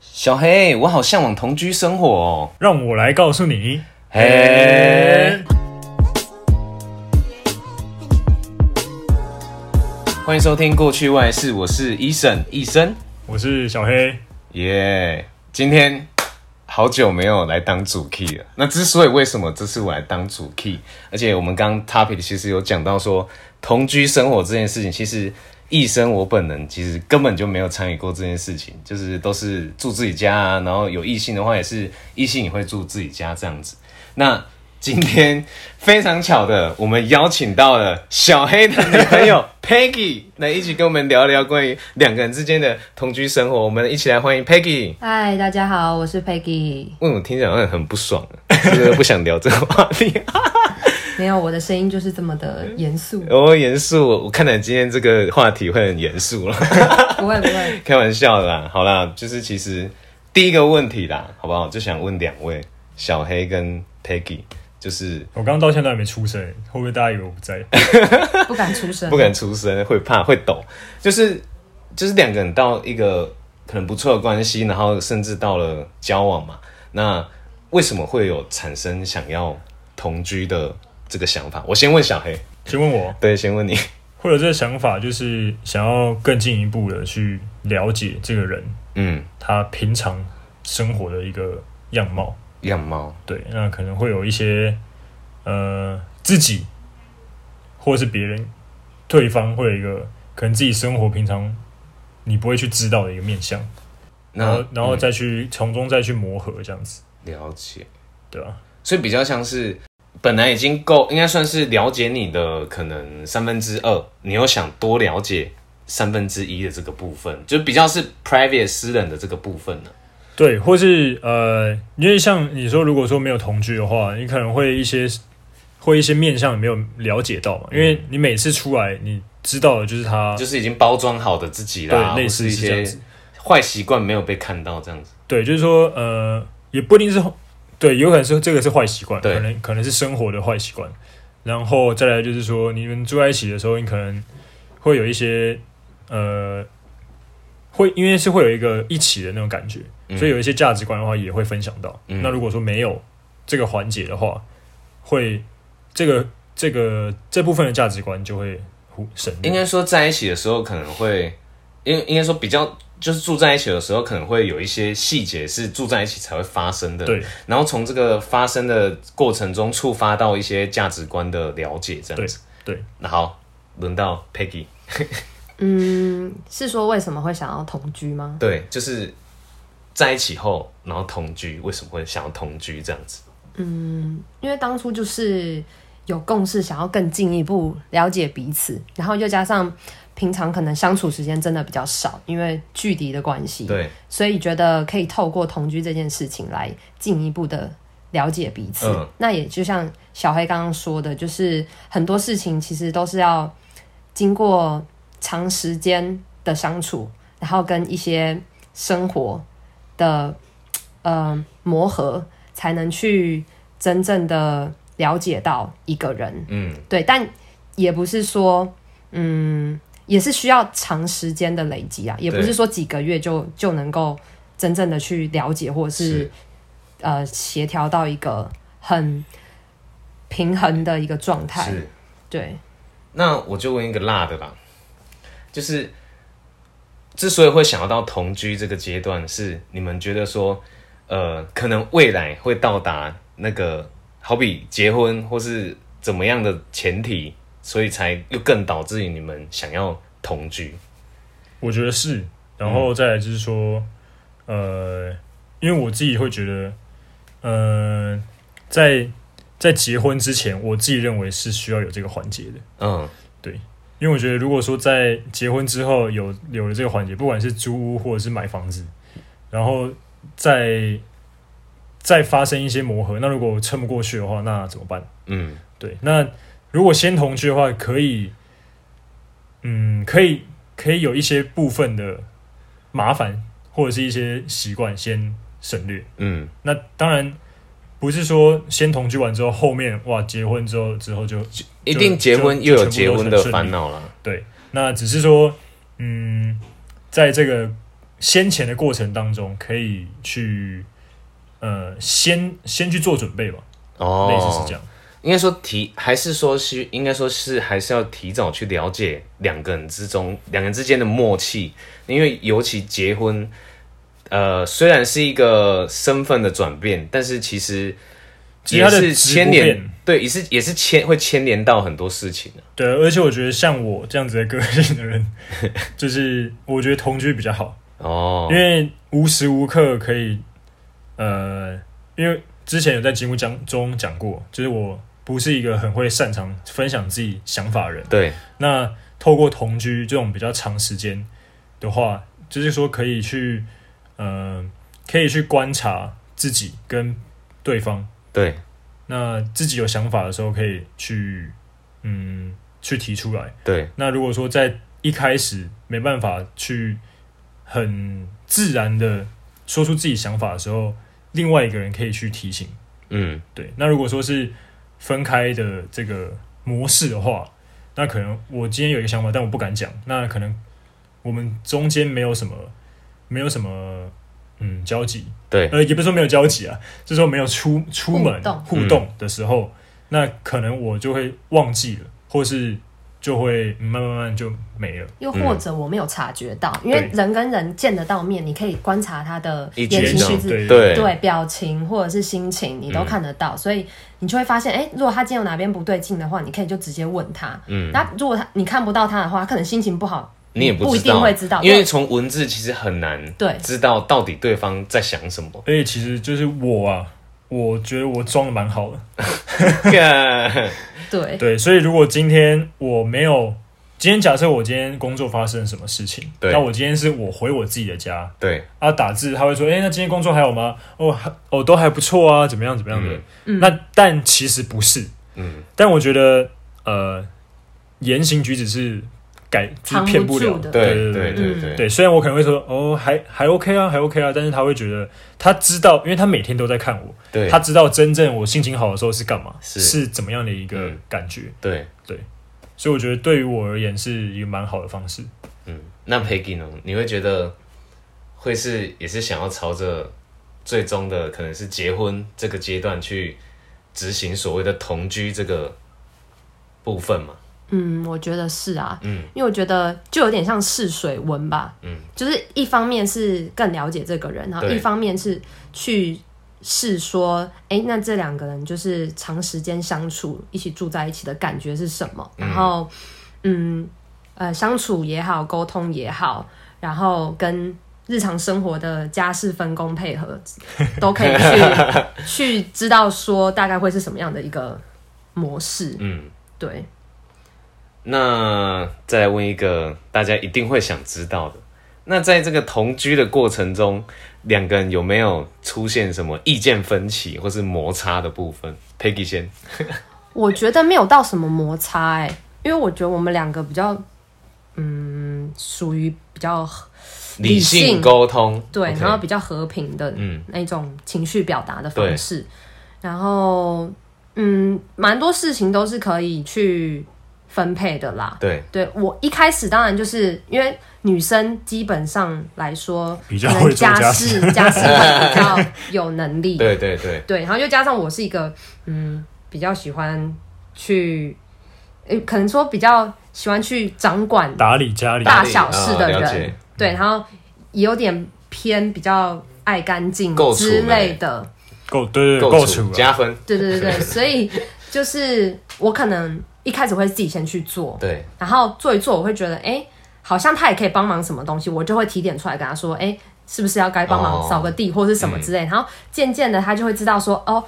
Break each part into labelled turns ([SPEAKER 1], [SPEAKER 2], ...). [SPEAKER 1] 小黑，我好向往同居生活哦。
[SPEAKER 2] 让我来告诉你。
[SPEAKER 1] 嘿，欢迎收听《过去外事》，我是医生，医生，
[SPEAKER 2] 我是小黑，
[SPEAKER 1] 耶、今天好久没有来当主 key 了。那之所以为什么这次我来当主 key，而且我们刚刚 topic 其实有讲到说同居生活这件事情，其实医生我本人其实根本就没有参与过这件事情，就是都是住自己家啊，然后有异性的话也是异性也会住自己家这样子。那今天非常巧的，我们邀请到了小黑的女朋友 Peggy 来一起跟我们聊聊关于两个人之间的同居生活。我们一起来欢迎 Peggy。
[SPEAKER 3] 嗨，大家好，我是 Peggy。
[SPEAKER 1] 为什么听起来好像很不爽呢？是不是不想聊这个话题？，
[SPEAKER 3] 没有，我的声音就是这么的严肃
[SPEAKER 1] 嗯我哦严肃，我看来今天这个话题会很严肃了，
[SPEAKER 3] 不会不会。
[SPEAKER 1] 开玩笑的啦。好啦，就是其实第一个问题啦，好不好？就想问两位小黑跟 Peggy，就是
[SPEAKER 2] 我刚刚到现在还没出声，会不会大家以为我不在？
[SPEAKER 3] 不敢出声，
[SPEAKER 1] 不敢出声，会怕会抖，就是就是两个人到一个可能不错的关系，然后甚至到了交往嘛，那为什么会有产生想要同居的这个想法？我先问小黑，
[SPEAKER 2] 先问我，
[SPEAKER 1] 对，先问你。
[SPEAKER 2] 会有这个想法，就是想要更进一步的去了解这个人
[SPEAKER 1] 嗯，
[SPEAKER 2] 他平常生活的一个样貌。
[SPEAKER 1] 样貌，
[SPEAKER 2] 对，那可能会有一些呃自己或者是别人、对方会有一个可能自己生活平常你不会去知道的一个面相，
[SPEAKER 1] 那
[SPEAKER 2] 然后然后
[SPEAKER 1] 嗯
[SPEAKER 2] 再去从中再去磨合这样子，
[SPEAKER 1] 了解，
[SPEAKER 2] 对吧、
[SPEAKER 1] 所以比较像是本来已经够，应该算是了解你的可能三分之二，你又想多了解三分之一的这个部分，就比较是 private 私人的这个部分了。
[SPEAKER 2] 对，或是呃，因为像你说，如果说没有同居的话，你可能会一些会一些面相没有了解到嘛，因为你每次出来，你知道的就是他，
[SPEAKER 1] 就是已经包装好的自己啦，
[SPEAKER 2] 啊对，类似
[SPEAKER 1] 或是一
[SPEAKER 2] 是这
[SPEAKER 1] 些
[SPEAKER 2] 样子，
[SPEAKER 1] 坏习惯没有被看到这样子。
[SPEAKER 2] 对，就是说呃，也不一定是对，有可能是这个是坏习惯，
[SPEAKER 1] 对
[SPEAKER 2] 可能可能是生活的坏习惯，然后再来就是说，你们住在一起的时候，你可能会有一些呃，会因为是会有一个一起的那种感觉，所以有一些价值观的话也会分享到。
[SPEAKER 1] 嗯
[SPEAKER 2] 那如果说没有这个环节的话，会这个这个这部分的价值观就会忽省略。
[SPEAKER 1] 应该说在一起的时候可能会，应应该说比较就是住在一起的时候可能会有一些细节是住在一起才会发生的。
[SPEAKER 2] 对，
[SPEAKER 1] 然后从这个发生的过程中触发到一些价值观的了解，这样子。
[SPEAKER 2] 对对，
[SPEAKER 1] 那好，轮到 Peggy，
[SPEAKER 3] 嗯，是说为什么会想要同居吗？
[SPEAKER 1] 对，就是在一起后，然后同居，为什么会想要同居这样子？
[SPEAKER 3] 因为当初就是有共识，想要更进一步了解彼此，然后又加上平常可能相处时间真的比较少，因为距离的关系，
[SPEAKER 1] 对，
[SPEAKER 3] 所以觉得可以透过同居这件事情来进一步的了解彼此。
[SPEAKER 1] 嗯
[SPEAKER 3] 那也就像小黑刚刚说的，就是很多事情其实都是要经过长时间的相处，然后跟一些生活的呃磨合，才能去真正的了解到一个人。
[SPEAKER 1] 嗯，
[SPEAKER 3] 对，但也不是说，嗯，也是需要长时间的累积啊，也不
[SPEAKER 1] 对
[SPEAKER 3] 是说几个月就就能够真正的去了解，或者是
[SPEAKER 1] 是
[SPEAKER 3] 呃协调到一个很平衡的一个状态。
[SPEAKER 1] 是。
[SPEAKER 3] 对，
[SPEAKER 1] 那我就问一个辣的啦，就是之所以会想要到同居这个阶段，是你们觉得说，呃，可能未来会到达那个好比结婚或是怎么样的前提，所以才又更导致于你们想要同居。
[SPEAKER 2] 我觉得是，然后再来就是说，呃，因为我自己会觉得，呃，在在结婚之前，我自己认为是需要有这个环节的，
[SPEAKER 1] 嗯，
[SPEAKER 2] 因为我觉得如果说在结婚之后有有了这个环节，不管是租屋或者是买房子，然后再再发生一些磨合，那如果撑不过去的话，那怎么办？
[SPEAKER 1] 嗯，
[SPEAKER 2] 对，那如果先同居的话，可以，嗯，可以可以有一些部分的麻烦或者是一些习惯先省略。
[SPEAKER 1] 嗯，
[SPEAKER 2] 那当然不是说先同居完之后，后面哇结婚之后之后就
[SPEAKER 1] 一定结婚又有结婚的烦恼啦。
[SPEAKER 2] 对，那只是说，嗯，在这个先前的过程当中可以去呃先先去做准备吧，
[SPEAKER 1] 哦，
[SPEAKER 2] 类似是这样。
[SPEAKER 1] 应该说提，还是说是应该说是还是要提早去了解两个人之中两个人之间的默契，因为尤其结婚，呃，虽然是一个身份的转变，但是其实
[SPEAKER 2] 其实
[SPEAKER 1] 也
[SPEAKER 2] 它的
[SPEAKER 1] 是
[SPEAKER 2] 质不
[SPEAKER 1] 牵连
[SPEAKER 2] 变，
[SPEAKER 1] 对，也是也是牵会牵连到很多事情的。
[SPEAKER 2] 对，啊而且我觉得像我这样子的个性的人，就是我觉得同居比较好，
[SPEAKER 1] 哦
[SPEAKER 2] 因，为无时无刻可以，呃，因为之前有在节目讲中讲过，就是我不是一个很会擅长分享自己想法的人。
[SPEAKER 1] 对，
[SPEAKER 2] 那透过同居这种比较长时间的话，就是说可以去，呃，可以去观察自己跟对方。
[SPEAKER 1] 对，
[SPEAKER 2] 那自己有想法的时候，可以去，嗯，去提出来。
[SPEAKER 1] 对，
[SPEAKER 2] 那如果说在一开始没办法去很自然的说出自己想法的时候，另外一个人可以去提醒。
[SPEAKER 1] 嗯，
[SPEAKER 2] 对，那如果说是分开的这个模式的话，那可能我今天有一个想法，但我不敢讲。那可能我们中间没有什么，没有什么，嗯，交集。
[SPEAKER 1] 对，
[SPEAKER 2] 呃，也不是说没有交集啊，就是说没有出出门
[SPEAKER 3] 互动
[SPEAKER 2] 互动的时候，那可能我就会忘记了，或是就会嗯慢慢慢慢就没了。
[SPEAKER 3] 又
[SPEAKER 1] 嗯
[SPEAKER 3] 或者我没有察觉到，因为人跟人见得到面，你可以观察他的
[SPEAKER 1] 一
[SPEAKER 3] 言
[SPEAKER 1] 举一
[SPEAKER 3] 行
[SPEAKER 1] 动
[SPEAKER 3] 举止，
[SPEAKER 2] 对。
[SPEAKER 1] 对，
[SPEAKER 3] 对表情或者是心情，你都看得到，所以你就会发现，哎、如果他今天有哪边不对劲的话，你可以就直接问他。嗯，那如果他你看不到他的话，他可能心情不好，
[SPEAKER 1] 你也
[SPEAKER 3] 不
[SPEAKER 1] 知
[SPEAKER 3] 一定
[SPEAKER 1] 道，
[SPEAKER 3] 会知道，
[SPEAKER 1] 因为
[SPEAKER 3] 对
[SPEAKER 1] 从文字其实很难
[SPEAKER 3] 对
[SPEAKER 1] 知道到底对方在想什么
[SPEAKER 2] 而且其实就是我啊，我觉得我装的蛮好的。
[SPEAKER 1] 干
[SPEAKER 3] 对
[SPEAKER 2] 对，所以如果今天我没有，今天假设我今天工作发生什么事情，
[SPEAKER 1] 对
[SPEAKER 2] 那我今天是我回我自己的家
[SPEAKER 1] 对，
[SPEAKER 2] 啊，打字他会说，哎、那今天工作还有吗？哦，还哦，都还不错啊，怎么样怎么样的？
[SPEAKER 3] 嗯
[SPEAKER 2] 那但其实不是，
[SPEAKER 1] 嗯，
[SPEAKER 2] 但我觉得呃，言行举止是改就是
[SPEAKER 3] 藏
[SPEAKER 2] 骗
[SPEAKER 3] 不
[SPEAKER 2] 了
[SPEAKER 3] 住，的
[SPEAKER 1] 对，对，
[SPEAKER 2] 对。
[SPEAKER 1] 对，对，
[SPEAKER 2] 对，虽然我可能会说哦，还还 OK 啊，还 OK 啊，但是他会觉得他知道，因为他每天都在看我，
[SPEAKER 1] 对，
[SPEAKER 2] 他知道真正我心情好的时候是干嘛，
[SPEAKER 1] 是
[SPEAKER 2] 怎么样的一个
[SPEAKER 1] 嗯
[SPEAKER 2] 感觉。
[SPEAKER 1] 对。
[SPEAKER 2] 所以我觉得对于我而言是一个蛮好的方式。
[SPEAKER 1] 嗯，那 Peggy 呢？你会觉得会是也是想要朝着最终的可能是结婚这个阶段去执行所谓的同居这个部分吗？
[SPEAKER 3] 嗯，我觉得是啊，嗯，因为我觉得就有点像试水温吧，
[SPEAKER 1] 嗯，
[SPEAKER 3] 就是一方面是更了解这个人，然后
[SPEAKER 1] 对
[SPEAKER 3] 一方面是去试说，哎、那这两个人就是长时间相处，一起住在一起的感觉是什么？然后，嗯，呃，相处也好，沟通也好，然后跟日常生活的家事分工配合，都可以 去去知道说大概会是什么样的一个模式，
[SPEAKER 1] 嗯，
[SPEAKER 3] 对。
[SPEAKER 1] 那再来问一个大家一定会想知道的，那在这个同居的过程中，两个人有没有出现什么意见分歧或是摩擦的部分？Peggy 先，
[SPEAKER 3] 我觉得没有到什么摩擦哎、因为我觉得我们两个比较，嗯，属于比较
[SPEAKER 1] 理
[SPEAKER 3] 理性
[SPEAKER 1] 性沟通，
[SPEAKER 3] 对
[SPEAKER 1] OK
[SPEAKER 3] 然后比较和平的
[SPEAKER 1] 嗯
[SPEAKER 3] 那种情绪表达的
[SPEAKER 1] 对
[SPEAKER 3] 方式，然后嗯，蛮多事情都是可以去分配的啦。
[SPEAKER 1] 对
[SPEAKER 3] 对我一开始当然就是因为女生基本上来说，
[SPEAKER 2] 比较
[SPEAKER 3] 可能
[SPEAKER 2] 会做
[SPEAKER 3] 家
[SPEAKER 2] 家
[SPEAKER 3] 事，家事会比较有 能力，
[SPEAKER 1] 对对对，
[SPEAKER 3] 对，然后又加上我是一个嗯比较喜欢去，呃，可能说比较喜欢去掌管
[SPEAKER 2] 打理家里，
[SPEAKER 3] 大小事的
[SPEAKER 1] 啊
[SPEAKER 3] 人，
[SPEAKER 1] 了解
[SPEAKER 3] 对，然后也有点偏比较爱干净
[SPEAKER 1] 够处
[SPEAKER 3] 之
[SPEAKER 1] 呢
[SPEAKER 3] 类的，
[SPEAKER 2] 够对对
[SPEAKER 1] 够
[SPEAKER 2] 够
[SPEAKER 1] 处
[SPEAKER 2] 处啊
[SPEAKER 1] 加分，
[SPEAKER 3] 对对 对对，所以就是我可能一开始会自己先去做，
[SPEAKER 1] 对
[SPEAKER 3] 然后做一做，我会觉得，哎、好像他也可以帮忙什么东西，我就会提点出来跟他说，哎、是不是要该帮忙
[SPEAKER 1] 哦嗯
[SPEAKER 3] 扫个地或是什么之类。然后渐渐的，他就会知道说，哦，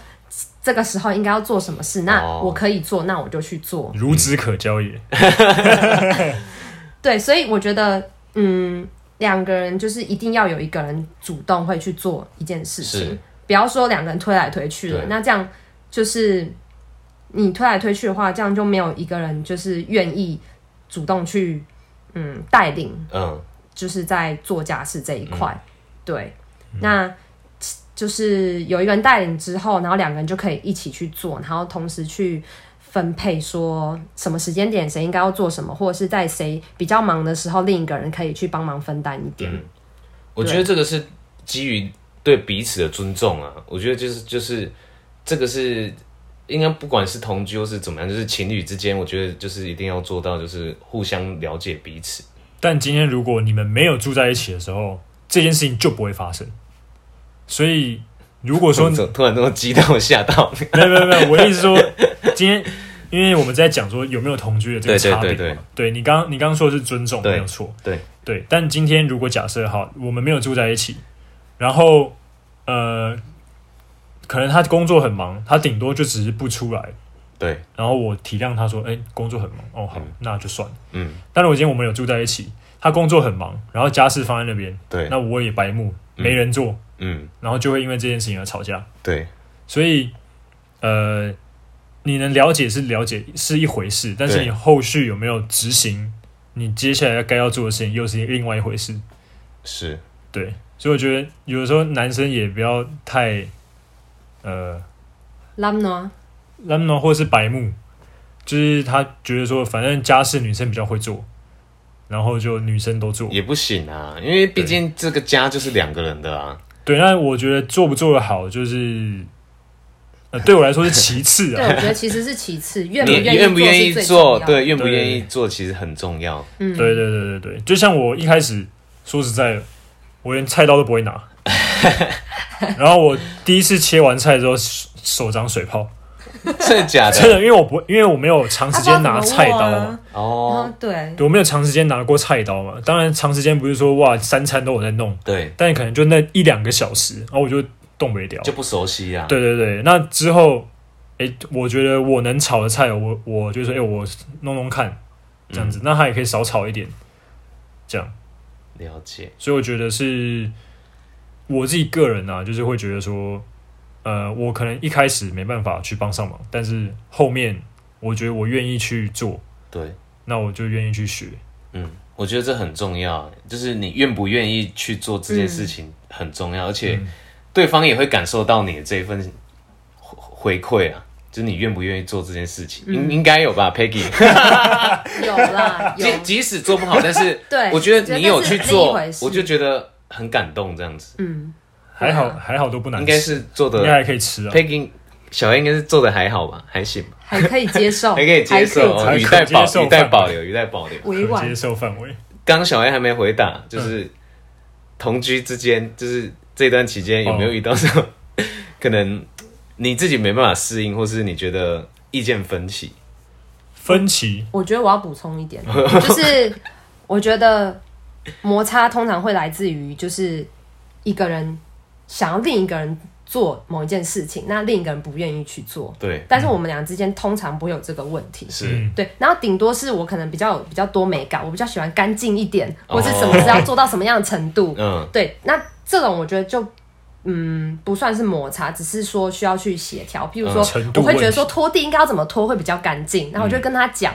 [SPEAKER 3] 这个时候应该要做什么事，那
[SPEAKER 1] 哦
[SPEAKER 3] 我可以做，那我就去做。
[SPEAKER 1] 嗯
[SPEAKER 2] 孺子可教也。
[SPEAKER 3] 对，所以我觉得，嗯，两个人就是一定要有一个人主动会去做一件事
[SPEAKER 1] 是
[SPEAKER 3] 情，不要说两个人推来推去的
[SPEAKER 1] 对。
[SPEAKER 3] 那这样就是你推来推去的话，这样就没有一个人就是愿意主动去嗯带领
[SPEAKER 1] 嗯。
[SPEAKER 3] 就是在做家事这一块。对，那就是有一个人带领之后，然后两个人就可以一起去做，然后同时去分配说什么时间点谁应该
[SPEAKER 1] 嗯
[SPEAKER 3] 要做什么，或者是在谁比较忙的时候，另一个人可以去帮忙分担一点。
[SPEAKER 1] 我觉得这个是基于对彼此的尊重啊。我觉得就是就是这个是应该不管是同居或是怎么样，就是情侣之间，我觉得就是一定要做到就是互相了解彼此。
[SPEAKER 2] 但今天如果你们没有住在一起的时候，这件事情就不会发生。所以，如果说
[SPEAKER 1] 怎么突然这么激动，吓到？
[SPEAKER 2] 没有没有没有，我的意思说，今天因为我们在讲说有没有同居的这个
[SPEAKER 1] 对对
[SPEAKER 2] 差别
[SPEAKER 1] 对
[SPEAKER 2] 嘛，对你刚你刚刚说的是尊重
[SPEAKER 1] 对
[SPEAKER 2] 没有错，
[SPEAKER 1] 对
[SPEAKER 2] 对，但今天如果假设好，我们没有住在一起，然后呃，可能他工作很忙，他顶多就只是不出来，
[SPEAKER 1] 对，
[SPEAKER 2] 然后我体谅他说，哎、工作很忙，哦好，那就算了。
[SPEAKER 1] 嗯，
[SPEAKER 2] 但如果今天我们有住在一起，他工作很忙，然后家事放在那边，
[SPEAKER 1] 对
[SPEAKER 2] 那我也白目，没人做，
[SPEAKER 1] 嗯，
[SPEAKER 2] 然后就会因为这件事情而吵架。
[SPEAKER 1] 对
[SPEAKER 2] 所以，呃，你能了解是了解是一回事，但是
[SPEAKER 1] 对
[SPEAKER 2] 你后续有没有执行，你接下来该要做的事情又是另外一回事。
[SPEAKER 1] 是，
[SPEAKER 2] 对，所以我觉得有的时候男生也不要太，呃，
[SPEAKER 3] 拉 姆诺，
[SPEAKER 2] 那么或是白目，就是他觉得说反正家事女生比较会做，然后就女生都做。
[SPEAKER 1] 也不行啊，因为毕竟这个家就是两个人的啊。
[SPEAKER 2] 对，那我觉得做不做得好，就是，呃，对我来说是其次
[SPEAKER 3] 对，
[SPEAKER 2] 啊。
[SPEAKER 3] 我觉得其实是其次，愿不
[SPEAKER 1] 你
[SPEAKER 3] 愿意
[SPEAKER 1] 愿不愿意
[SPEAKER 3] 是最重要
[SPEAKER 1] 做？
[SPEAKER 3] 的
[SPEAKER 1] 对，，愿不
[SPEAKER 2] 对
[SPEAKER 1] 愿意做其实很重要。
[SPEAKER 3] 嗯，
[SPEAKER 2] 对对对对对，就像我一开始说实在的，我连菜刀都不会 拿，然后我第一次切完菜之后手手长水泡，
[SPEAKER 1] 真的假
[SPEAKER 2] 真的，
[SPEAKER 1] 的？
[SPEAKER 2] 因为我不因为我没有长时间拿菜刀嘛
[SPEAKER 3] 啊。，
[SPEAKER 1] 哦
[SPEAKER 3] 然后，对，
[SPEAKER 2] 我没有长时间拿过菜刀嘛，当然长时间不是说哇三餐都有在弄，
[SPEAKER 1] 对，
[SPEAKER 2] 但可能就那一两个小时，然后我就动不了。
[SPEAKER 1] 就不熟悉啊。
[SPEAKER 2] 对对对，那之后，诶，我觉得我能炒的菜，我我就说，诶，我弄弄看，这样子，
[SPEAKER 3] 嗯
[SPEAKER 2] 那他也可以少炒一点，这样，
[SPEAKER 1] 了解。
[SPEAKER 2] 所以我觉得是我自己个人啊，就是会觉得说，呃，我可能一开始没办法去帮上忙，但是后面我觉得我愿意去做，
[SPEAKER 1] 对，
[SPEAKER 2] 那我就愿意去学，
[SPEAKER 1] 嗯，我觉得这很重要，欸就是你愿不愿意去做这件事情很重要，而且对方也会感受到你的这一份回回馈啊，就是你愿不愿意做这件事情，应应该有吧，Peggy。
[SPEAKER 3] 有啦， 有
[SPEAKER 1] 即即使做不好，但是
[SPEAKER 3] 对
[SPEAKER 1] 我觉得你有去做
[SPEAKER 3] 我觉得那是另一回，事
[SPEAKER 1] 我就觉得很感动，这样子
[SPEAKER 3] 嗯，
[SPEAKER 2] 还好还好都不难吃，
[SPEAKER 1] 应该是做
[SPEAKER 2] 应该
[SPEAKER 1] 的。
[SPEAKER 2] 还可以吃啊，
[SPEAKER 1] Peggy 小 A 应该是做的还好吧，还行吧，
[SPEAKER 3] 还可以接受，
[SPEAKER 1] 还可以接受，
[SPEAKER 2] 还
[SPEAKER 1] 哦
[SPEAKER 2] 可以
[SPEAKER 1] 语
[SPEAKER 2] 接
[SPEAKER 1] 带保
[SPEAKER 2] 接受
[SPEAKER 1] 语带保留，语带保留。
[SPEAKER 3] 委
[SPEAKER 2] 可
[SPEAKER 3] 婉
[SPEAKER 2] 接，受范围。
[SPEAKER 1] 刚小 A 还没回
[SPEAKER 2] 嗯
[SPEAKER 1] 答，就是同居之间，就是这段期间有没有遇到什么
[SPEAKER 2] 哦
[SPEAKER 1] 可能你自己没办法适应，或是你觉得意见分歧？
[SPEAKER 2] 分歧，
[SPEAKER 3] 我觉得我要补充一点， 就是我觉得摩擦通常会来自于就是一个人想要另一个人做某一件事情，那另一个人不愿意去做，
[SPEAKER 1] 对，
[SPEAKER 3] 但是我们俩之间通常不会有这个问题。
[SPEAKER 1] 是
[SPEAKER 2] 嗯
[SPEAKER 3] 对，然后顶多是我可能比较有比较多美感，我比较喜欢干净一点，
[SPEAKER 1] 哦
[SPEAKER 3] 或是什么是要做到什么样的程度。
[SPEAKER 1] 嗯，
[SPEAKER 3] 对，那这种我觉得就嗯不算是摩擦，只是说需要去协调。譬如说
[SPEAKER 2] 嗯程，度
[SPEAKER 3] 我会觉
[SPEAKER 2] 问
[SPEAKER 3] 得
[SPEAKER 2] 题嗯
[SPEAKER 3] 说拖地应该要怎么拖会比较干净，然后我就会跟他讲，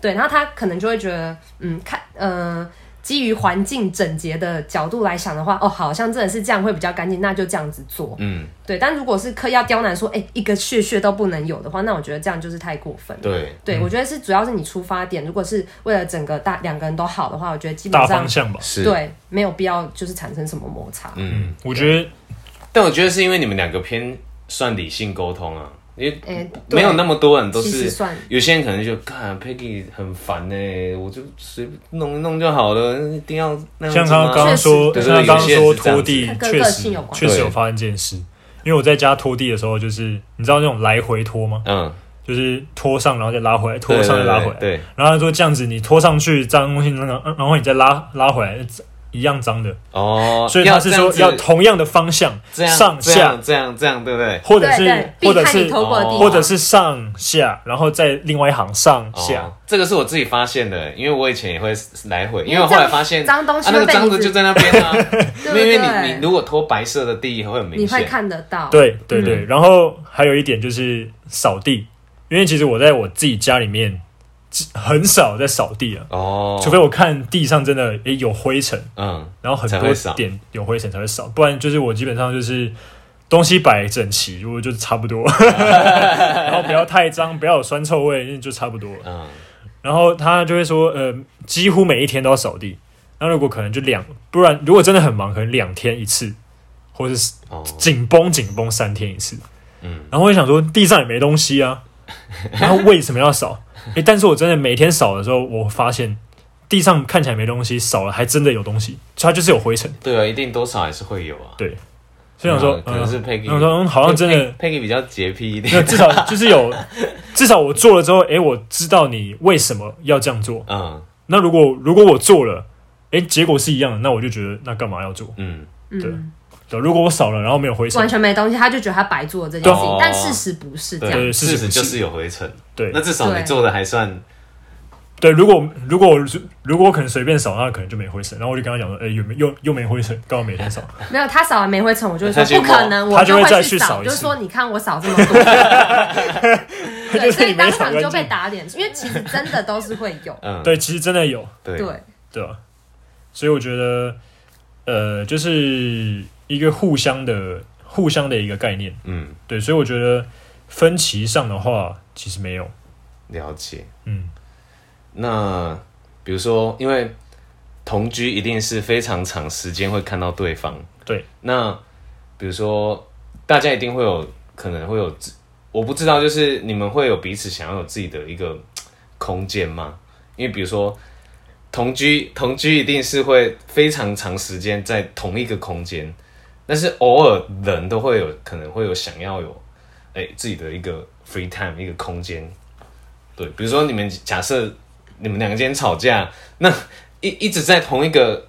[SPEAKER 3] 对，然后他可能就会觉得嗯看呃。基于环境整洁的角度来想的话，哦，好像真的是这样会比较干净，那就这样子做。
[SPEAKER 1] 嗯，
[SPEAKER 3] 对，但如果是刻意要刁难说，哎、一个屑屑都不能有的话，那我觉得这样就是太过分了。
[SPEAKER 1] 对，
[SPEAKER 3] 对，我觉得是主要是你出发点，如果是为了整个大两个人都好的话，我觉得基
[SPEAKER 2] 大
[SPEAKER 3] 本上
[SPEAKER 2] 方向吧，
[SPEAKER 1] 是，
[SPEAKER 3] 对没有必要就是产生什么摩擦。
[SPEAKER 1] 嗯。
[SPEAKER 2] 我觉得
[SPEAKER 1] 但我觉得是因为你们两个偏算理性沟通啊，因为
[SPEAKER 3] 诶哎对
[SPEAKER 1] 没有那么多人都
[SPEAKER 3] 其实
[SPEAKER 1] 是
[SPEAKER 3] 算，
[SPEAKER 1] 有些人可能就看 Peggy 很烦呢、我就随便弄一弄就好了，一定要那样
[SPEAKER 2] 像
[SPEAKER 1] 子吗
[SPEAKER 2] 他刚刚说，
[SPEAKER 1] 确实
[SPEAKER 2] 像他刚刚
[SPEAKER 1] 对对
[SPEAKER 2] 说
[SPEAKER 1] 有些人是这样子
[SPEAKER 2] 拖地
[SPEAKER 3] 它，跟
[SPEAKER 2] 确
[SPEAKER 3] 个
[SPEAKER 2] 实
[SPEAKER 3] 性有关
[SPEAKER 2] 确实有发生这件事。因为我在家拖地的时候，就是你知道那种来回拖吗？
[SPEAKER 1] 嗯，
[SPEAKER 2] 就是拖上然后再拉回来，拖
[SPEAKER 1] 对
[SPEAKER 2] 上再拉回
[SPEAKER 1] 对
[SPEAKER 2] 来。
[SPEAKER 1] 对，
[SPEAKER 2] 然后他说这样子，你拖上去脏东西，然后然后你再拉拉回来，一样脏的。
[SPEAKER 1] 哦，
[SPEAKER 2] 所以他是说
[SPEAKER 1] 这
[SPEAKER 2] 要
[SPEAKER 1] 样子
[SPEAKER 2] 同样的方向，
[SPEAKER 1] 这样
[SPEAKER 2] 上
[SPEAKER 1] 这
[SPEAKER 2] 下
[SPEAKER 1] 样，这样这样，对不对？
[SPEAKER 2] 或者
[SPEAKER 3] 对
[SPEAKER 2] 是
[SPEAKER 3] 对，避
[SPEAKER 2] 或者
[SPEAKER 3] 开你
[SPEAKER 2] 是
[SPEAKER 3] 偷过的地
[SPEAKER 1] 哦
[SPEAKER 3] 方，
[SPEAKER 2] 或者是上下，然后再另外一行上下
[SPEAKER 1] 哦。，这个是我自己发现的，因为我以前也会来回，因
[SPEAKER 3] 因
[SPEAKER 1] 为
[SPEAKER 3] 为
[SPEAKER 1] 我后来发现
[SPEAKER 3] 脏东西
[SPEAKER 1] 啊，那
[SPEAKER 3] 会
[SPEAKER 1] 个
[SPEAKER 3] 被
[SPEAKER 1] 脏的
[SPEAKER 3] 你
[SPEAKER 1] 就
[SPEAKER 3] 指
[SPEAKER 1] 在那边 啊，
[SPEAKER 3] 对
[SPEAKER 1] 因
[SPEAKER 3] 不
[SPEAKER 1] 为
[SPEAKER 3] 对
[SPEAKER 1] 你你如果拖白色的地会很明
[SPEAKER 3] 你会
[SPEAKER 1] 显，
[SPEAKER 3] 看得到。，
[SPEAKER 2] 对对
[SPEAKER 1] 嗯
[SPEAKER 2] 对，然后还有一点就是扫地，因为其实我在我自己家里面只很少在扫地啊，
[SPEAKER 1] 哦，
[SPEAKER 2] 除非我看地上真的诶有灰尘，
[SPEAKER 1] 嗯，
[SPEAKER 2] 然后很
[SPEAKER 1] 才
[SPEAKER 2] 多
[SPEAKER 1] 会扫
[SPEAKER 2] 点有灰尘才会扫，不然就是我基本上就是东西摆整齐，如果就是差不多， 然后不要太脏，不要有酸臭味，就差不多了。
[SPEAKER 1] 嗯
[SPEAKER 2] 然后他就会说，呃，几乎每一天都要扫地。那如果可能就两，不然如果真的很忙，可能两天一次，或者是
[SPEAKER 1] 哦，
[SPEAKER 2] 紧绷紧绷三天一次。
[SPEAKER 1] 嗯，
[SPEAKER 2] 然后我就想说地上也没东西啊，然后为什么要扫？诶，但是我真的每天扫的时候，我发现地上看起来没东西，扫了还真的有东西，所以它就是有灰尘。
[SPEAKER 1] 对啊，一定多少还是会有啊。
[SPEAKER 2] 对，所以想说，
[SPEAKER 1] 可能是
[SPEAKER 2] 嗯
[SPEAKER 1] Peggy，
[SPEAKER 2] 我说嗯好像真的
[SPEAKER 1] Peggy- Peggy 比较洁癖一
[SPEAKER 2] 那
[SPEAKER 1] 点。
[SPEAKER 2] 至少就是有，至少我做了之后，诶，我知道你为什么要这样做。
[SPEAKER 1] 嗯
[SPEAKER 2] 那如果如果我做了，诶，结果是一样的，那我就觉得那干嘛要做？
[SPEAKER 1] 嗯，
[SPEAKER 2] 对
[SPEAKER 3] 嗯，
[SPEAKER 2] 对，如果我扫了，然后没有灰
[SPEAKER 3] 完
[SPEAKER 2] 尘，
[SPEAKER 3] 全没东西，他就觉得他白做了这件事情
[SPEAKER 1] 对，
[SPEAKER 3] 但事实不是这样。
[SPEAKER 1] 哦对，
[SPEAKER 2] 对
[SPEAKER 1] 事
[SPEAKER 2] 事
[SPEAKER 1] 实
[SPEAKER 2] 实
[SPEAKER 1] 就是有回程。
[SPEAKER 2] 对
[SPEAKER 1] 那至少
[SPEAKER 3] 对
[SPEAKER 1] 你做的还算
[SPEAKER 2] 对，如果如果我如果我可能随便扫，那可能就没灰尘。然后我就跟他讲说，诶，有没有又又没灰尘，刚好每天扫。
[SPEAKER 1] 嗯
[SPEAKER 3] 没有，他扫完没灰尘，我就会
[SPEAKER 1] 他就
[SPEAKER 3] 说不可能，我
[SPEAKER 2] 他就会
[SPEAKER 3] 会
[SPEAKER 2] 再
[SPEAKER 3] 去
[SPEAKER 2] 去
[SPEAKER 3] 扫，
[SPEAKER 2] 扫一
[SPEAKER 3] 就
[SPEAKER 2] 次
[SPEAKER 3] 是说你看我扫这 么多，对，所以当场就被打脸，因为其实真的都是会有，
[SPEAKER 1] 嗯，
[SPEAKER 2] 对，其实真的有，
[SPEAKER 1] 对
[SPEAKER 3] 对，
[SPEAKER 2] 对吧、所以我觉得，呃，就是一个互相的、互相的一个概念。
[SPEAKER 1] 嗯，
[SPEAKER 2] 对，所以我觉得分歧上的话，其实没有。
[SPEAKER 1] 了解。
[SPEAKER 2] 嗯，
[SPEAKER 1] 那比如说，因为同居一定是非常长时间会看到对方。
[SPEAKER 2] 对。
[SPEAKER 1] 那比如说，大家一定会有可能会有自，我不知道，就是你们会有彼此想要有自己的一个空间吗？因为比如说同居，同居一定是会非常长时间在同一个空间，但是偶尔人都会有可能会有想要有哎、自己的一个 free time 一个空间。对，比如说你们假设你们两个今天吵架，那一一直在同一个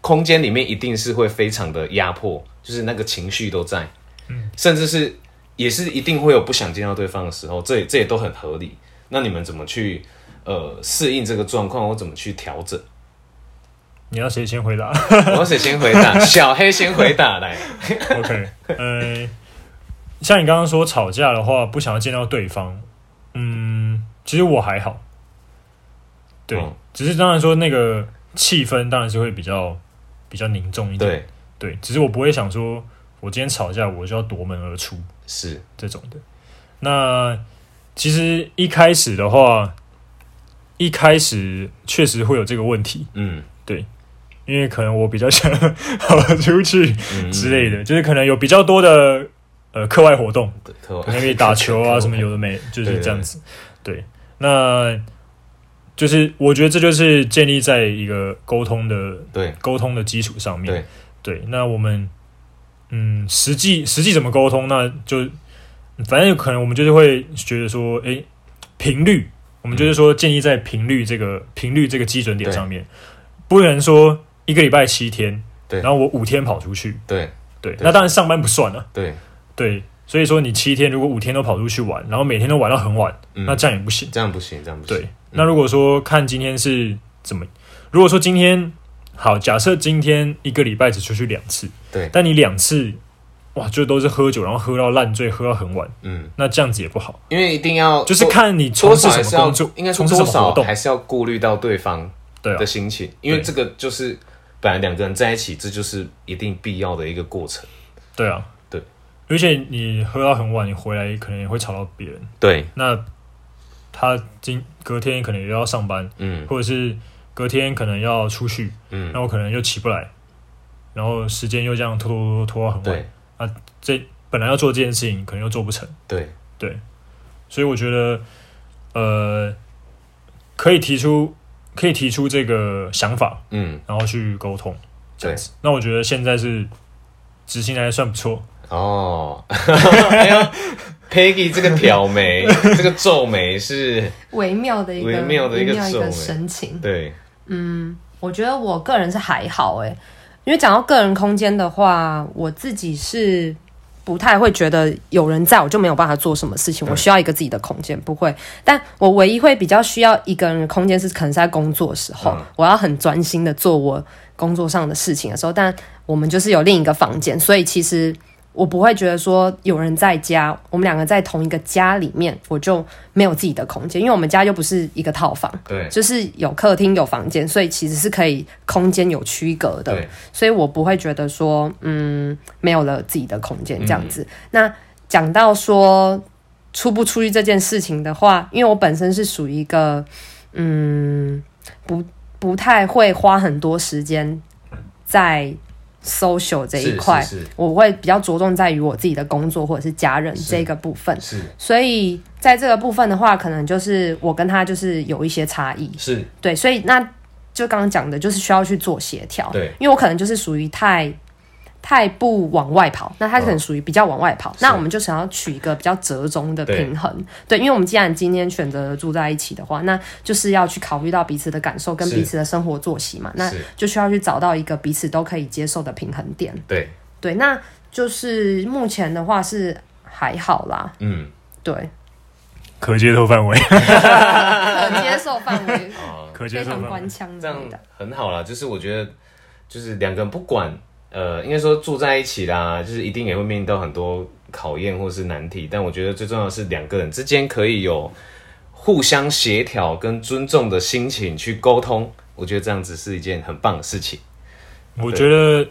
[SPEAKER 1] 空间里面，一定是会非常的压迫，就是那个情绪都在，嗯，甚至是也是一定会有不想见到对方的时候，这也这也都很合理。那你们怎么去呃适应这个状况，或怎么去调整？
[SPEAKER 2] 你要谁先回答
[SPEAKER 1] 我要谁先回 答？小黑先回答来。
[SPEAKER 2] 嗯？OK，呃，像你刚刚说吵架的话，不想要见到对方，嗯，其实我还好。对，
[SPEAKER 1] 嗯
[SPEAKER 2] 只是当然说那个气氛当然是会比较比较凝重一点。
[SPEAKER 1] 对，
[SPEAKER 2] 对，只是我不会想说，我今天吵架我就要夺门而出
[SPEAKER 1] 是，
[SPEAKER 2] 这种的。那其实一开始的话，一开始确实会有这个问题，
[SPEAKER 1] 嗯
[SPEAKER 2] 因为可能我比较想 跑出去
[SPEAKER 1] 嗯
[SPEAKER 2] 之类的，就是可能有比较多的呃课外活动，
[SPEAKER 1] 的，可
[SPEAKER 2] 可能可以打球啊什么有的没，就是这样子。对，那就是我觉得这就是建立在一个沟通的
[SPEAKER 1] 对
[SPEAKER 2] 沟通的基础上面。
[SPEAKER 1] 对
[SPEAKER 2] 对那我们嗯，实际实际怎么沟通，那就反正有可能我们就是会觉得说，诶，频率，我们就是说建立在频率这个频率这个基准
[SPEAKER 1] 嗯
[SPEAKER 2] 点
[SPEAKER 1] 对
[SPEAKER 2] 上面，不能说一个礼拜七天，
[SPEAKER 1] 对
[SPEAKER 2] 然后我五天跑出去，
[SPEAKER 1] 对
[SPEAKER 2] 对，
[SPEAKER 1] 对
[SPEAKER 2] 那当然上班不算了、啊
[SPEAKER 1] 对，
[SPEAKER 2] 对。所以说，你七天如果五天都跑出去玩，然后每天都玩到很晚，
[SPEAKER 1] 嗯
[SPEAKER 2] 那这样也不行。
[SPEAKER 1] 这样不行，这样不行。嗯
[SPEAKER 2] 对，那如果说看今天是怎么，如果说今天好，假设今天一个礼拜只出去两次，
[SPEAKER 1] 对
[SPEAKER 2] 但你两次哇，就都是喝酒，然后喝到烂醉，喝到很晚，
[SPEAKER 1] 嗯，
[SPEAKER 2] 那这样子也不好。
[SPEAKER 1] 因为一定要
[SPEAKER 2] 就是
[SPEAKER 1] 多
[SPEAKER 2] 看你从
[SPEAKER 1] 多
[SPEAKER 2] 事
[SPEAKER 1] 少还
[SPEAKER 2] 什
[SPEAKER 1] 是
[SPEAKER 2] 么
[SPEAKER 1] 要
[SPEAKER 2] 工作，
[SPEAKER 1] 应该说
[SPEAKER 2] 从事什
[SPEAKER 1] 多
[SPEAKER 2] 么活
[SPEAKER 1] 少
[SPEAKER 2] 动
[SPEAKER 1] 还，是要顾虑到对方
[SPEAKER 2] 对啊
[SPEAKER 1] 的，心情，因为
[SPEAKER 2] 对
[SPEAKER 1] 这个就是本来两个人在一起，这就是一定必要的一个过程。
[SPEAKER 2] 对啊，
[SPEAKER 1] 对。
[SPEAKER 2] 而且你喝到很晚，你回来可能也会吵到别人，
[SPEAKER 1] 对，
[SPEAKER 2] 那他今隔天可能也要上班，
[SPEAKER 1] 嗯
[SPEAKER 2] 或者是隔天可能要出去，
[SPEAKER 1] 嗯
[SPEAKER 2] 那，我可能又起不来，然后时间又这样拖拖拖拖到很晚
[SPEAKER 1] 对。
[SPEAKER 2] 这本来要做这件事情，可能又做不成，
[SPEAKER 1] 对，
[SPEAKER 2] 所以我觉得，呃，可以提出可以提出这个想法，
[SPEAKER 1] 嗯，
[SPEAKER 2] 然后去沟通这样子。那我觉得现在是执行还算不错，
[SPEAKER 1] 哦，哎呦，Peggy 这个挑眉， 这个皱眉是，
[SPEAKER 3] 微妙的一个
[SPEAKER 1] 微妙的一个
[SPEAKER 3] 微妙一
[SPEAKER 1] 皱
[SPEAKER 3] 个
[SPEAKER 1] 眉
[SPEAKER 3] 神情。
[SPEAKER 1] 对，
[SPEAKER 3] 我觉得我个人是还好哎、因为讲到个人空间的话，我自己是不太会觉得有人在我就没有办法做什么事情，我需要一个自己的空间，不会。但我唯一会比较需要一个人的空间是，可能是在工作的时候，
[SPEAKER 1] 嗯
[SPEAKER 3] 我要很专心的做我工作上的事情的时候，但我们就是有另一个房间，所以其实。我不会觉得说有人在家，我们两个在同一个家里面，我就没有自己的空间，因为我们家又不是一个套房，
[SPEAKER 1] 对，
[SPEAKER 3] 就是有客厅有房间，所以其实是可以空间有区隔的
[SPEAKER 1] 对，，
[SPEAKER 3] 所以我不会觉得说，嗯，没有了自己的空间这样
[SPEAKER 1] 嗯
[SPEAKER 3] 子。那讲到说出不出去这件事情的话，因为我本身是属于一个，嗯，不不太会花很多时间在 social 这一块，
[SPEAKER 1] 是是
[SPEAKER 3] 我会比较着重在于我自己的工作或者是家人这个部分。
[SPEAKER 1] 是
[SPEAKER 3] 所以在这个部分的话，可能就是我跟他就是有一些差异，
[SPEAKER 1] 是
[SPEAKER 3] 对，所以那就刚刚讲的，就是需要去做协调。
[SPEAKER 1] 对
[SPEAKER 3] 因为我可能就是属于太太不往外跑，那他
[SPEAKER 1] 嗯
[SPEAKER 3] 可能属于比较往外跑。那我们就想要取一个比较折中的平衡。对，因为我们既然今天选择住在一起的话，那就是要去考虑到彼此的感受跟
[SPEAKER 1] 是
[SPEAKER 3] 彼此的生活作息嘛，那
[SPEAKER 1] 是
[SPEAKER 3] 就需要去找到一个彼此都可以接受的平衡点。
[SPEAKER 1] 对，
[SPEAKER 3] 对，那就是目前的话是还好啦，
[SPEAKER 1] 嗯，
[SPEAKER 3] 对，
[SPEAKER 2] 可接受范围，
[SPEAKER 3] 可接受范围
[SPEAKER 1] 哦，
[SPEAKER 2] 可接
[SPEAKER 3] 非
[SPEAKER 2] 受
[SPEAKER 3] 常
[SPEAKER 2] 范围
[SPEAKER 3] 官。腔
[SPEAKER 1] 这
[SPEAKER 3] 的
[SPEAKER 1] 样。很好啦。就是我觉得，就是两个人不管，呃，应该说住在一起啦，就是一定也会面临到很多考验或是难题。但我觉得最重要的是两个人之间可以有互相协调跟尊重的心情去沟通。我觉得这样子是一件很棒的事情。
[SPEAKER 2] 我觉得，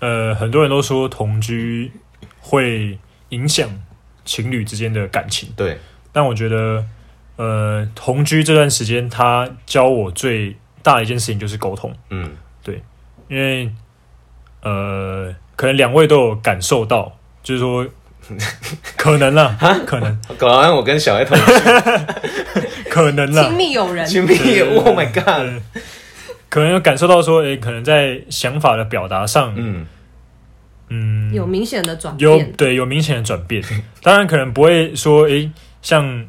[SPEAKER 2] 呃，很多人都说同居会影响情侣之间的感情，
[SPEAKER 1] 对，
[SPEAKER 2] 但我觉得，呃，同居这段时间，他教我最大的一件事情就是沟通，
[SPEAKER 1] 嗯，
[SPEAKER 2] 因为，呃，可能两位都有感受到，就 是说，可能啦，可能，
[SPEAKER 1] 搞完我跟小爱同学
[SPEAKER 2] 可能啦
[SPEAKER 3] 亲，密友人，
[SPEAKER 1] 亲密，Oh my God，
[SPEAKER 2] 对可能有感受到说，诶、可能在想法的表达上，
[SPEAKER 1] 嗯，
[SPEAKER 2] 嗯，
[SPEAKER 3] 有明显的转
[SPEAKER 2] 有
[SPEAKER 3] 变，
[SPEAKER 2] 对有明显的转变，当然可能不会说诶、像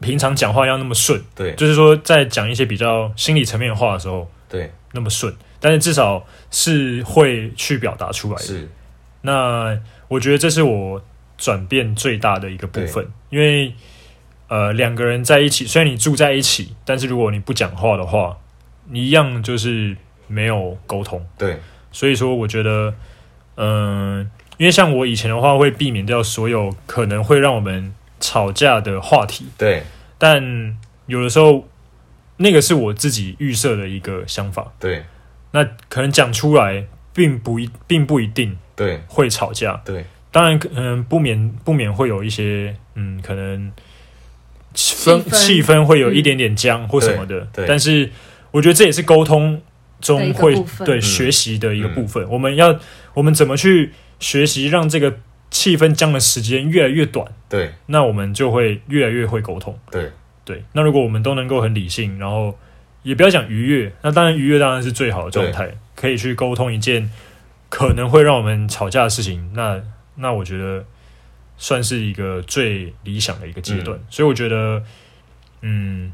[SPEAKER 2] 平常讲话一样那么顺，
[SPEAKER 1] 对
[SPEAKER 2] 就是说在讲一些比较心理层面的话的时候
[SPEAKER 1] 对，
[SPEAKER 2] 那么顺，但是至少是会去表达出来的。
[SPEAKER 1] 是
[SPEAKER 2] 那我觉得这是我转变最大的一个部分，因为呃两个人在一起，虽然你住在一起，但是如果你不讲话的话，你一样就是没有沟通。
[SPEAKER 1] 对，
[SPEAKER 2] 所以说，我觉得，嗯、因为像我以前的话，会避免掉所有可能会让我们吵架的话题，
[SPEAKER 1] 对
[SPEAKER 2] 但有的时候，那个是我自己预设的一个想法，
[SPEAKER 1] 对
[SPEAKER 2] 那可能讲出来，并不一，并不一定
[SPEAKER 1] 对
[SPEAKER 2] 会吵架。
[SPEAKER 1] 对，
[SPEAKER 2] 当然，可能不免不免会有一些，嗯，可能气氛
[SPEAKER 3] 气氛
[SPEAKER 2] 气氛会有一点点僵或什么的，
[SPEAKER 1] 嗯对对
[SPEAKER 2] 但是我觉得这也是沟通中
[SPEAKER 3] 的一
[SPEAKER 2] 会
[SPEAKER 3] 个部分
[SPEAKER 2] 对、
[SPEAKER 1] 嗯
[SPEAKER 2] 学习的一个部分。我们要我们怎么去学习让这个气氛僵的时间越来越短，
[SPEAKER 1] 对
[SPEAKER 2] 那我们就会越来越会沟通。
[SPEAKER 1] 对
[SPEAKER 2] 对，那如果我们都能够很理性，然后也不要讲愉悦，那当然愉悦当然是最好的状态，可以去沟通一件可能会让我们吵架的事情。那那我觉得算是一个最理想的一个阶段，所以我觉得，嗯，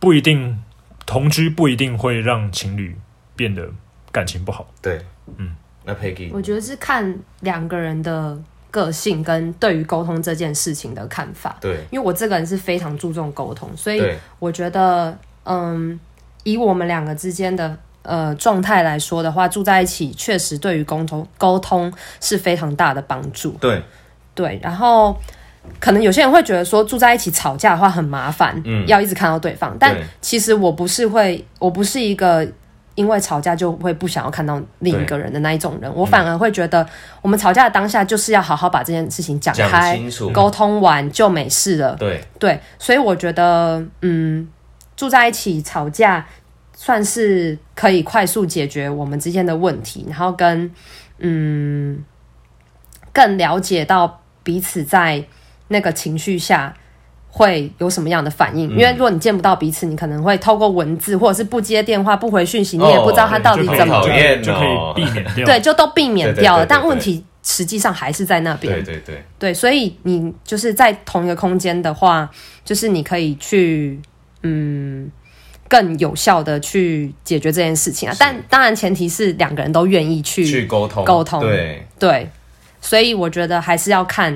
[SPEAKER 2] 不一定同居不一定会让情侣变得感情不好。
[SPEAKER 1] 对，
[SPEAKER 2] 嗯，
[SPEAKER 1] 那 Peggy，
[SPEAKER 3] 我觉得是看两个人的个性跟对于沟通这件事情的看法。
[SPEAKER 1] 对
[SPEAKER 3] 因为我这个人是非常注重沟通，所以
[SPEAKER 1] 对
[SPEAKER 3] 我觉得，嗯，以我们两个之间的呃状态来说的话，住在一起确实对于沟通沟通是非常大的帮助。
[SPEAKER 1] 对，
[SPEAKER 3] 对，然后可能有些人会觉得说住在一起吵架的话很麻烦，
[SPEAKER 1] 嗯
[SPEAKER 3] 要一直看到对方。但
[SPEAKER 1] 对
[SPEAKER 3] 其实我不是会，我不是一个因为吵架就会不想要看到另一个人的那一种人，我反而会觉得我们吵架的当下就是要好好把这件事情讲
[SPEAKER 1] 讲
[SPEAKER 3] 开，
[SPEAKER 1] 清楚
[SPEAKER 3] 沟通完就没事了。
[SPEAKER 1] 对
[SPEAKER 3] 对，所以我觉得，嗯，住在一起吵架算是可以快速解决我们之间的问题，然后跟嗯更了解到彼此在那个情绪下。会有什么样的反
[SPEAKER 1] 嗯
[SPEAKER 3] 应？因为如果你见不到彼此，你可能会透过文字或者是不接电话、不回讯息，你也不知道他
[SPEAKER 1] 哦
[SPEAKER 3] 到底
[SPEAKER 2] 就可以
[SPEAKER 3] 怎么
[SPEAKER 1] 好
[SPEAKER 2] 就可
[SPEAKER 1] 讨
[SPEAKER 2] 以
[SPEAKER 1] 厌哦
[SPEAKER 2] 就可以避免掉。
[SPEAKER 3] 对，就都避免
[SPEAKER 1] 对对
[SPEAKER 3] 掉
[SPEAKER 1] 对
[SPEAKER 3] 了。
[SPEAKER 1] 对
[SPEAKER 3] 但
[SPEAKER 1] 对
[SPEAKER 3] 问题实际上还是在那边
[SPEAKER 1] 对。对对，
[SPEAKER 3] 对，所以你就是在同一个空间的话，就是你可以去嗯更有效的去解决这件事情啊。但当然前提是两个人都愿意去
[SPEAKER 1] 去沟通
[SPEAKER 3] 沟通
[SPEAKER 1] 对
[SPEAKER 3] 对，所以我觉得还是要看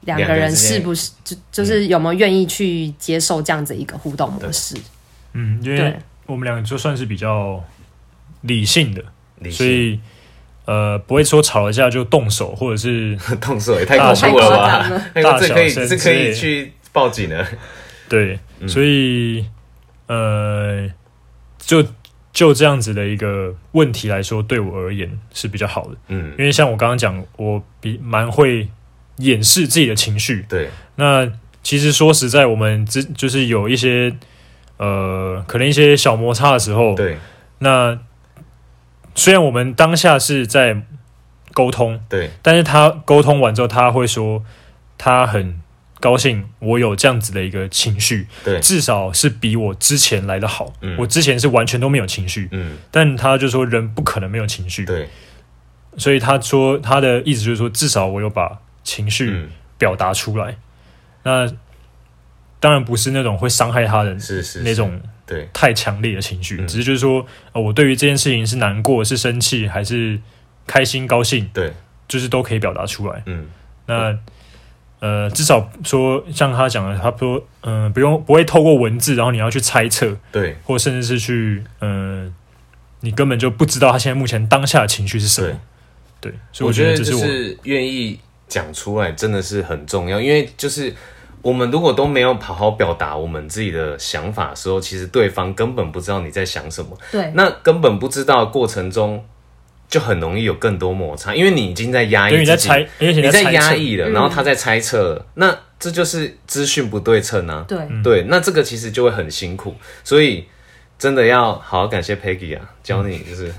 [SPEAKER 3] 两个
[SPEAKER 1] 两个人
[SPEAKER 3] 人
[SPEAKER 1] 之间
[SPEAKER 3] 是不是就就是有没有愿意去接受这样子一个互动模式。
[SPEAKER 2] 嗯，因为
[SPEAKER 3] 对
[SPEAKER 2] 我们两个就算是比较理性的。
[SPEAKER 1] 理性
[SPEAKER 2] 所以呃，不会说吵了架就动手，或 者是
[SPEAKER 1] 动手也太
[SPEAKER 2] 大
[SPEAKER 1] 恐怖了吧
[SPEAKER 3] 小声？
[SPEAKER 1] 那个这可以
[SPEAKER 2] 大小声
[SPEAKER 1] 这可
[SPEAKER 2] 之类
[SPEAKER 1] 以
[SPEAKER 2] 的
[SPEAKER 1] 去报警了。
[SPEAKER 2] 对，
[SPEAKER 1] 嗯
[SPEAKER 2] 所以呃，就就这样子的一个问题来说，对我而言是比较好的，
[SPEAKER 1] 嗯，
[SPEAKER 2] 因为像我刚刚讲，我比蛮会掩饰自己的情绪。
[SPEAKER 1] 对
[SPEAKER 2] 那其实说实在，我们之就是有一些呃，可能一些小摩擦的时候，
[SPEAKER 1] 对
[SPEAKER 2] 那虽然我们当下是在沟通，
[SPEAKER 1] 对
[SPEAKER 2] 但是他沟通完之后，他会说他很高兴我有这样子的一个情绪，
[SPEAKER 1] 对，
[SPEAKER 2] 至少是比我之前来的好。
[SPEAKER 1] 嗯
[SPEAKER 2] 我之前是完全都没有情绪，
[SPEAKER 1] 嗯
[SPEAKER 2] 但他就说人不可能没有情绪，
[SPEAKER 1] 对，
[SPEAKER 2] 所以他说他的意思就是说，至少我有把情绪
[SPEAKER 1] 嗯
[SPEAKER 2] 表达出来。那当然不是那种会伤害他人
[SPEAKER 1] 是是是
[SPEAKER 2] 那种
[SPEAKER 1] 对
[SPEAKER 2] 太强烈的情绪，
[SPEAKER 1] 嗯
[SPEAKER 2] 只是就是说，呃，我对于这件事情是难过、是生气还是开心、高兴，
[SPEAKER 1] 对
[SPEAKER 2] 就是都可以表达出来。
[SPEAKER 1] 嗯
[SPEAKER 2] 那呃，至少说像他讲的，他说，嗯、不用不会透过文字，然后你要去猜测，
[SPEAKER 1] 对
[SPEAKER 2] 或甚至是去，嗯、你根本就不知道他现在目前当下的情绪是什么。对，所以
[SPEAKER 1] 我
[SPEAKER 2] 我
[SPEAKER 1] 觉
[SPEAKER 2] 觉
[SPEAKER 1] 得
[SPEAKER 2] 这
[SPEAKER 1] 就
[SPEAKER 2] 我
[SPEAKER 1] 是愿意讲出来真的是很重要，因为就是我们如果都没有好好表达我们自己的想法的时候，其实对方根本不知道你在想什么，
[SPEAKER 3] 对，
[SPEAKER 1] 那根本不知道的过程中就很容易有更多摩擦，因为你已经在压抑
[SPEAKER 2] 因
[SPEAKER 1] 自
[SPEAKER 2] 为
[SPEAKER 1] 己，
[SPEAKER 2] 你在猜，而且
[SPEAKER 1] 你在
[SPEAKER 2] 猜
[SPEAKER 1] 压
[SPEAKER 2] 测
[SPEAKER 1] 抑
[SPEAKER 3] 嗯
[SPEAKER 1] 了，然后他在猜测了，那这就是资讯不对称啊。
[SPEAKER 3] 对，
[SPEAKER 1] 对，那这个其实就会很辛苦，所以真的要好好感谢 Peggy 啊，教你就是，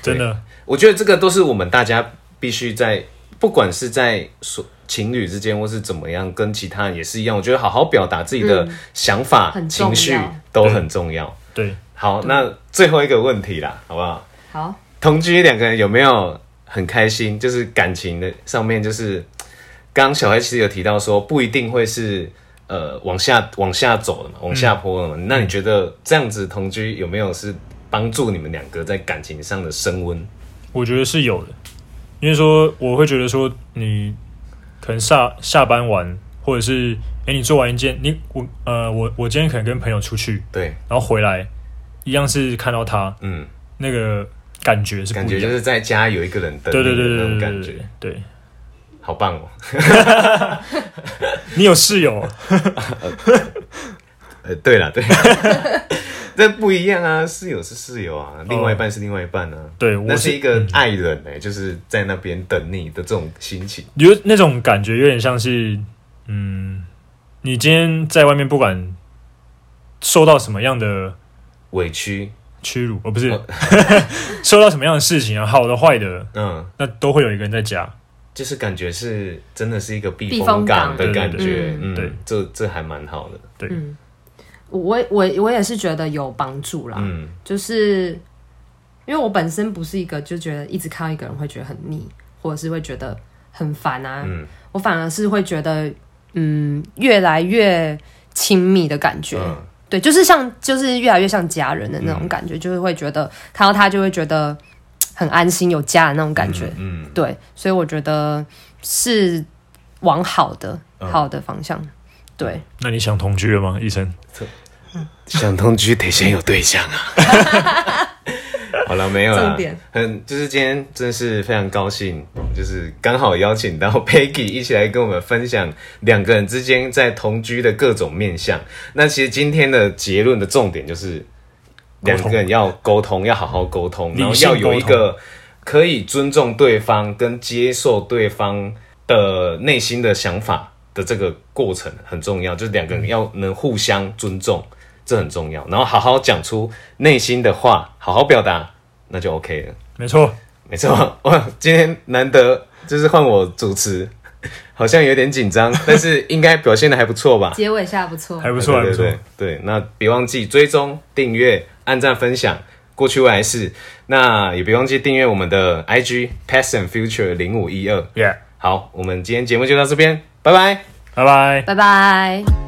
[SPEAKER 2] 真的，
[SPEAKER 1] 我觉得这个都是我们大家必须在，不管是在所情侣之间，或是怎么样，跟其他人也是一样，我觉得好好表达自己的想法、
[SPEAKER 3] 嗯很重
[SPEAKER 1] 情
[SPEAKER 3] 要嗯
[SPEAKER 1] 绪都很重要。
[SPEAKER 2] 对，
[SPEAKER 1] 好，那最后一个问题啦，好不好？
[SPEAKER 3] 好，
[SPEAKER 1] 同居两个人有没有很开心？就是感情的上面，就是刚刚小黑其实有提到说，不一定会是呃往下往下走的
[SPEAKER 2] 嗯
[SPEAKER 1] 嘛，往下坡的嘛。那你觉得这样子同居有没有是帮助你们两个在感情上的升温？
[SPEAKER 2] 我觉得是有的，因为说我会觉得说你可能下下班完，或者是哎、诶你做完一件你我呃我我今天可能跟朋友出去，
[SPEAKER 1] 对，
[SPEAKER 2] 然后回来一样是看到他
[SPEAKER 1] 嗯，
[SPEAKER 2] 那个感觉是不
[SPEAKER 1] 感
[SPEAKER 2] 一
[SPEAKER 1] 觉就
[SPEAKER 2] 样的，
[SPEAKER 1] 是在家有一个人等
[SPEAKER 2] 对对
[SPEAKER 1] 你的
[SPEAKER 2] 对
[SPEAKER 1] 那
[SPEAKER 2] 对
[SPEAKER 1] 种
[SPEAKER 2] 对
[SPEAKER 1] 感
[SPEAKER 2] 对
[SPEAKER 1] 觉
[SPEAKER 2] 对，对，
[SPEAKER 1] 好棒哦。
[SPEAKER 2] 你有 室友，
[SPEAKER 1] 呃，对了， 对，这不一样啊，室友是室友啊，另外一半是另外一半啊。
[SPEAKER 2] 对哦我
[SPEAKER 1] 那是
[SPEAKER 2] 是嗯
[SPEAKER 1] 一个爱人哎、就是在那边等你的这种心情。
[SPEAKER 2] 有那种感觉有点像是嗯，你今天在外面不管受到什么样的
[SPEAKER 1] 委屈，
[SPEAKER 2] 屈辱，哦不是 受到什么样的事情啊，好的坏的，
[SPEAKER 1] 嗯，
[SPEAKER 2] 那都会有一个人在家。
[SPEAKER 1] 就是感觉是真的是一个避
[SPEAKER 3] 避
[SPEAKER 1] 风
[SPEAKER 3] 风
[SPEAKER 1] 港
[SPEAKER 3] 港
[SPEAKER 1] 的感
[SPEAKER 2] 对
[SPEAKER 3] 对
[SPEAKER 1] 觉
[SPEAKER 3] 对，
[SPEAKER 1] 嗯，
[SPEAKER 2] 对
[SPEAKER 1] 这这还蛮好的，
[SPEAKER 3] 嗯，我我我也是觉得有帮助啦，
[SPEAKER 1] 嗯，
[SPEAKER 3] 就是因为我本身不是一个就觉得一直看到一个人会觉得很腻，或者是会觉得很烦啊，
[SPEAKER 1] 嗯
[SPEAKER 3] 我反而是会觉得，嗯，越来越亲密的感觉。
[SPEAKER 1] 嗯
[SPEAKER 3] 对，就是像就是越来越像家人的那种感觉，就是会觉得看到他就会觉得嘖很安心，有家的那种感觉。
[SPEAKER 1] 嗯，
[SPEAKER 3] 对，所以我觉得是往好的、
[SPEAKER 1] 嗯
[SPEAKER 3] 好的方向。对，
[SPEAKER 2] 那你想同居了吗，医生？
[SPEAKER 1] 想同居得先有对象啊。 好了，没有了
[SPEAKER 3] 重点。
[SPEAKER 1] 很就是今天真是非常高兴，就是刚好邀请到 Peggy 一起来跟我们分享两个人之间在同居的各种面向。那其实今天的结论的重点就是，
[SPEAKER 2] 沟
[SPEAKER 1] 两
[SPEAKER 2] 通
[SPEAKER 1] 个人要沟通，要好好沟通，然后
[SPEAKER 2] 理性
[SPEAKER 1] 要有一
[SPEAKER 2] 沟
[SPEAKER 1] 个可以尊重对方跟接受对方的内心的想法的这个过程很重要，就是两个人要能互相尊重，这很重要。然后好好讲出内心的话，好好表达，那就 OK 了。
[SPEAKER 2] 没错，
[SPEAKER 1] 没错， 我今天难得就是换我主持，好像有点紧张，但是应该表现的还不错吧？
[SPEAKER 3] 结尾下不错
[SPEAKER 2] 还。不错，还
[SPEAKER 1] 对
[SPEAKER 2] 不
[SPEAKER 1] 对
[SPEAKER 2] 错
[SPEAKER 1] 对。对，那别忘记追踪、订阅、按赞、分享。过去未来式，那也别忘记订阅我们的 IG Past and Future 零五一二。
[SPEAKER 2] Yeah，
[SPEAKER 1] 好，我们今天节目就到这边，拜拜。
[SPEAKER 2] 拜拜。
[SPEAKER 3] 拜拜。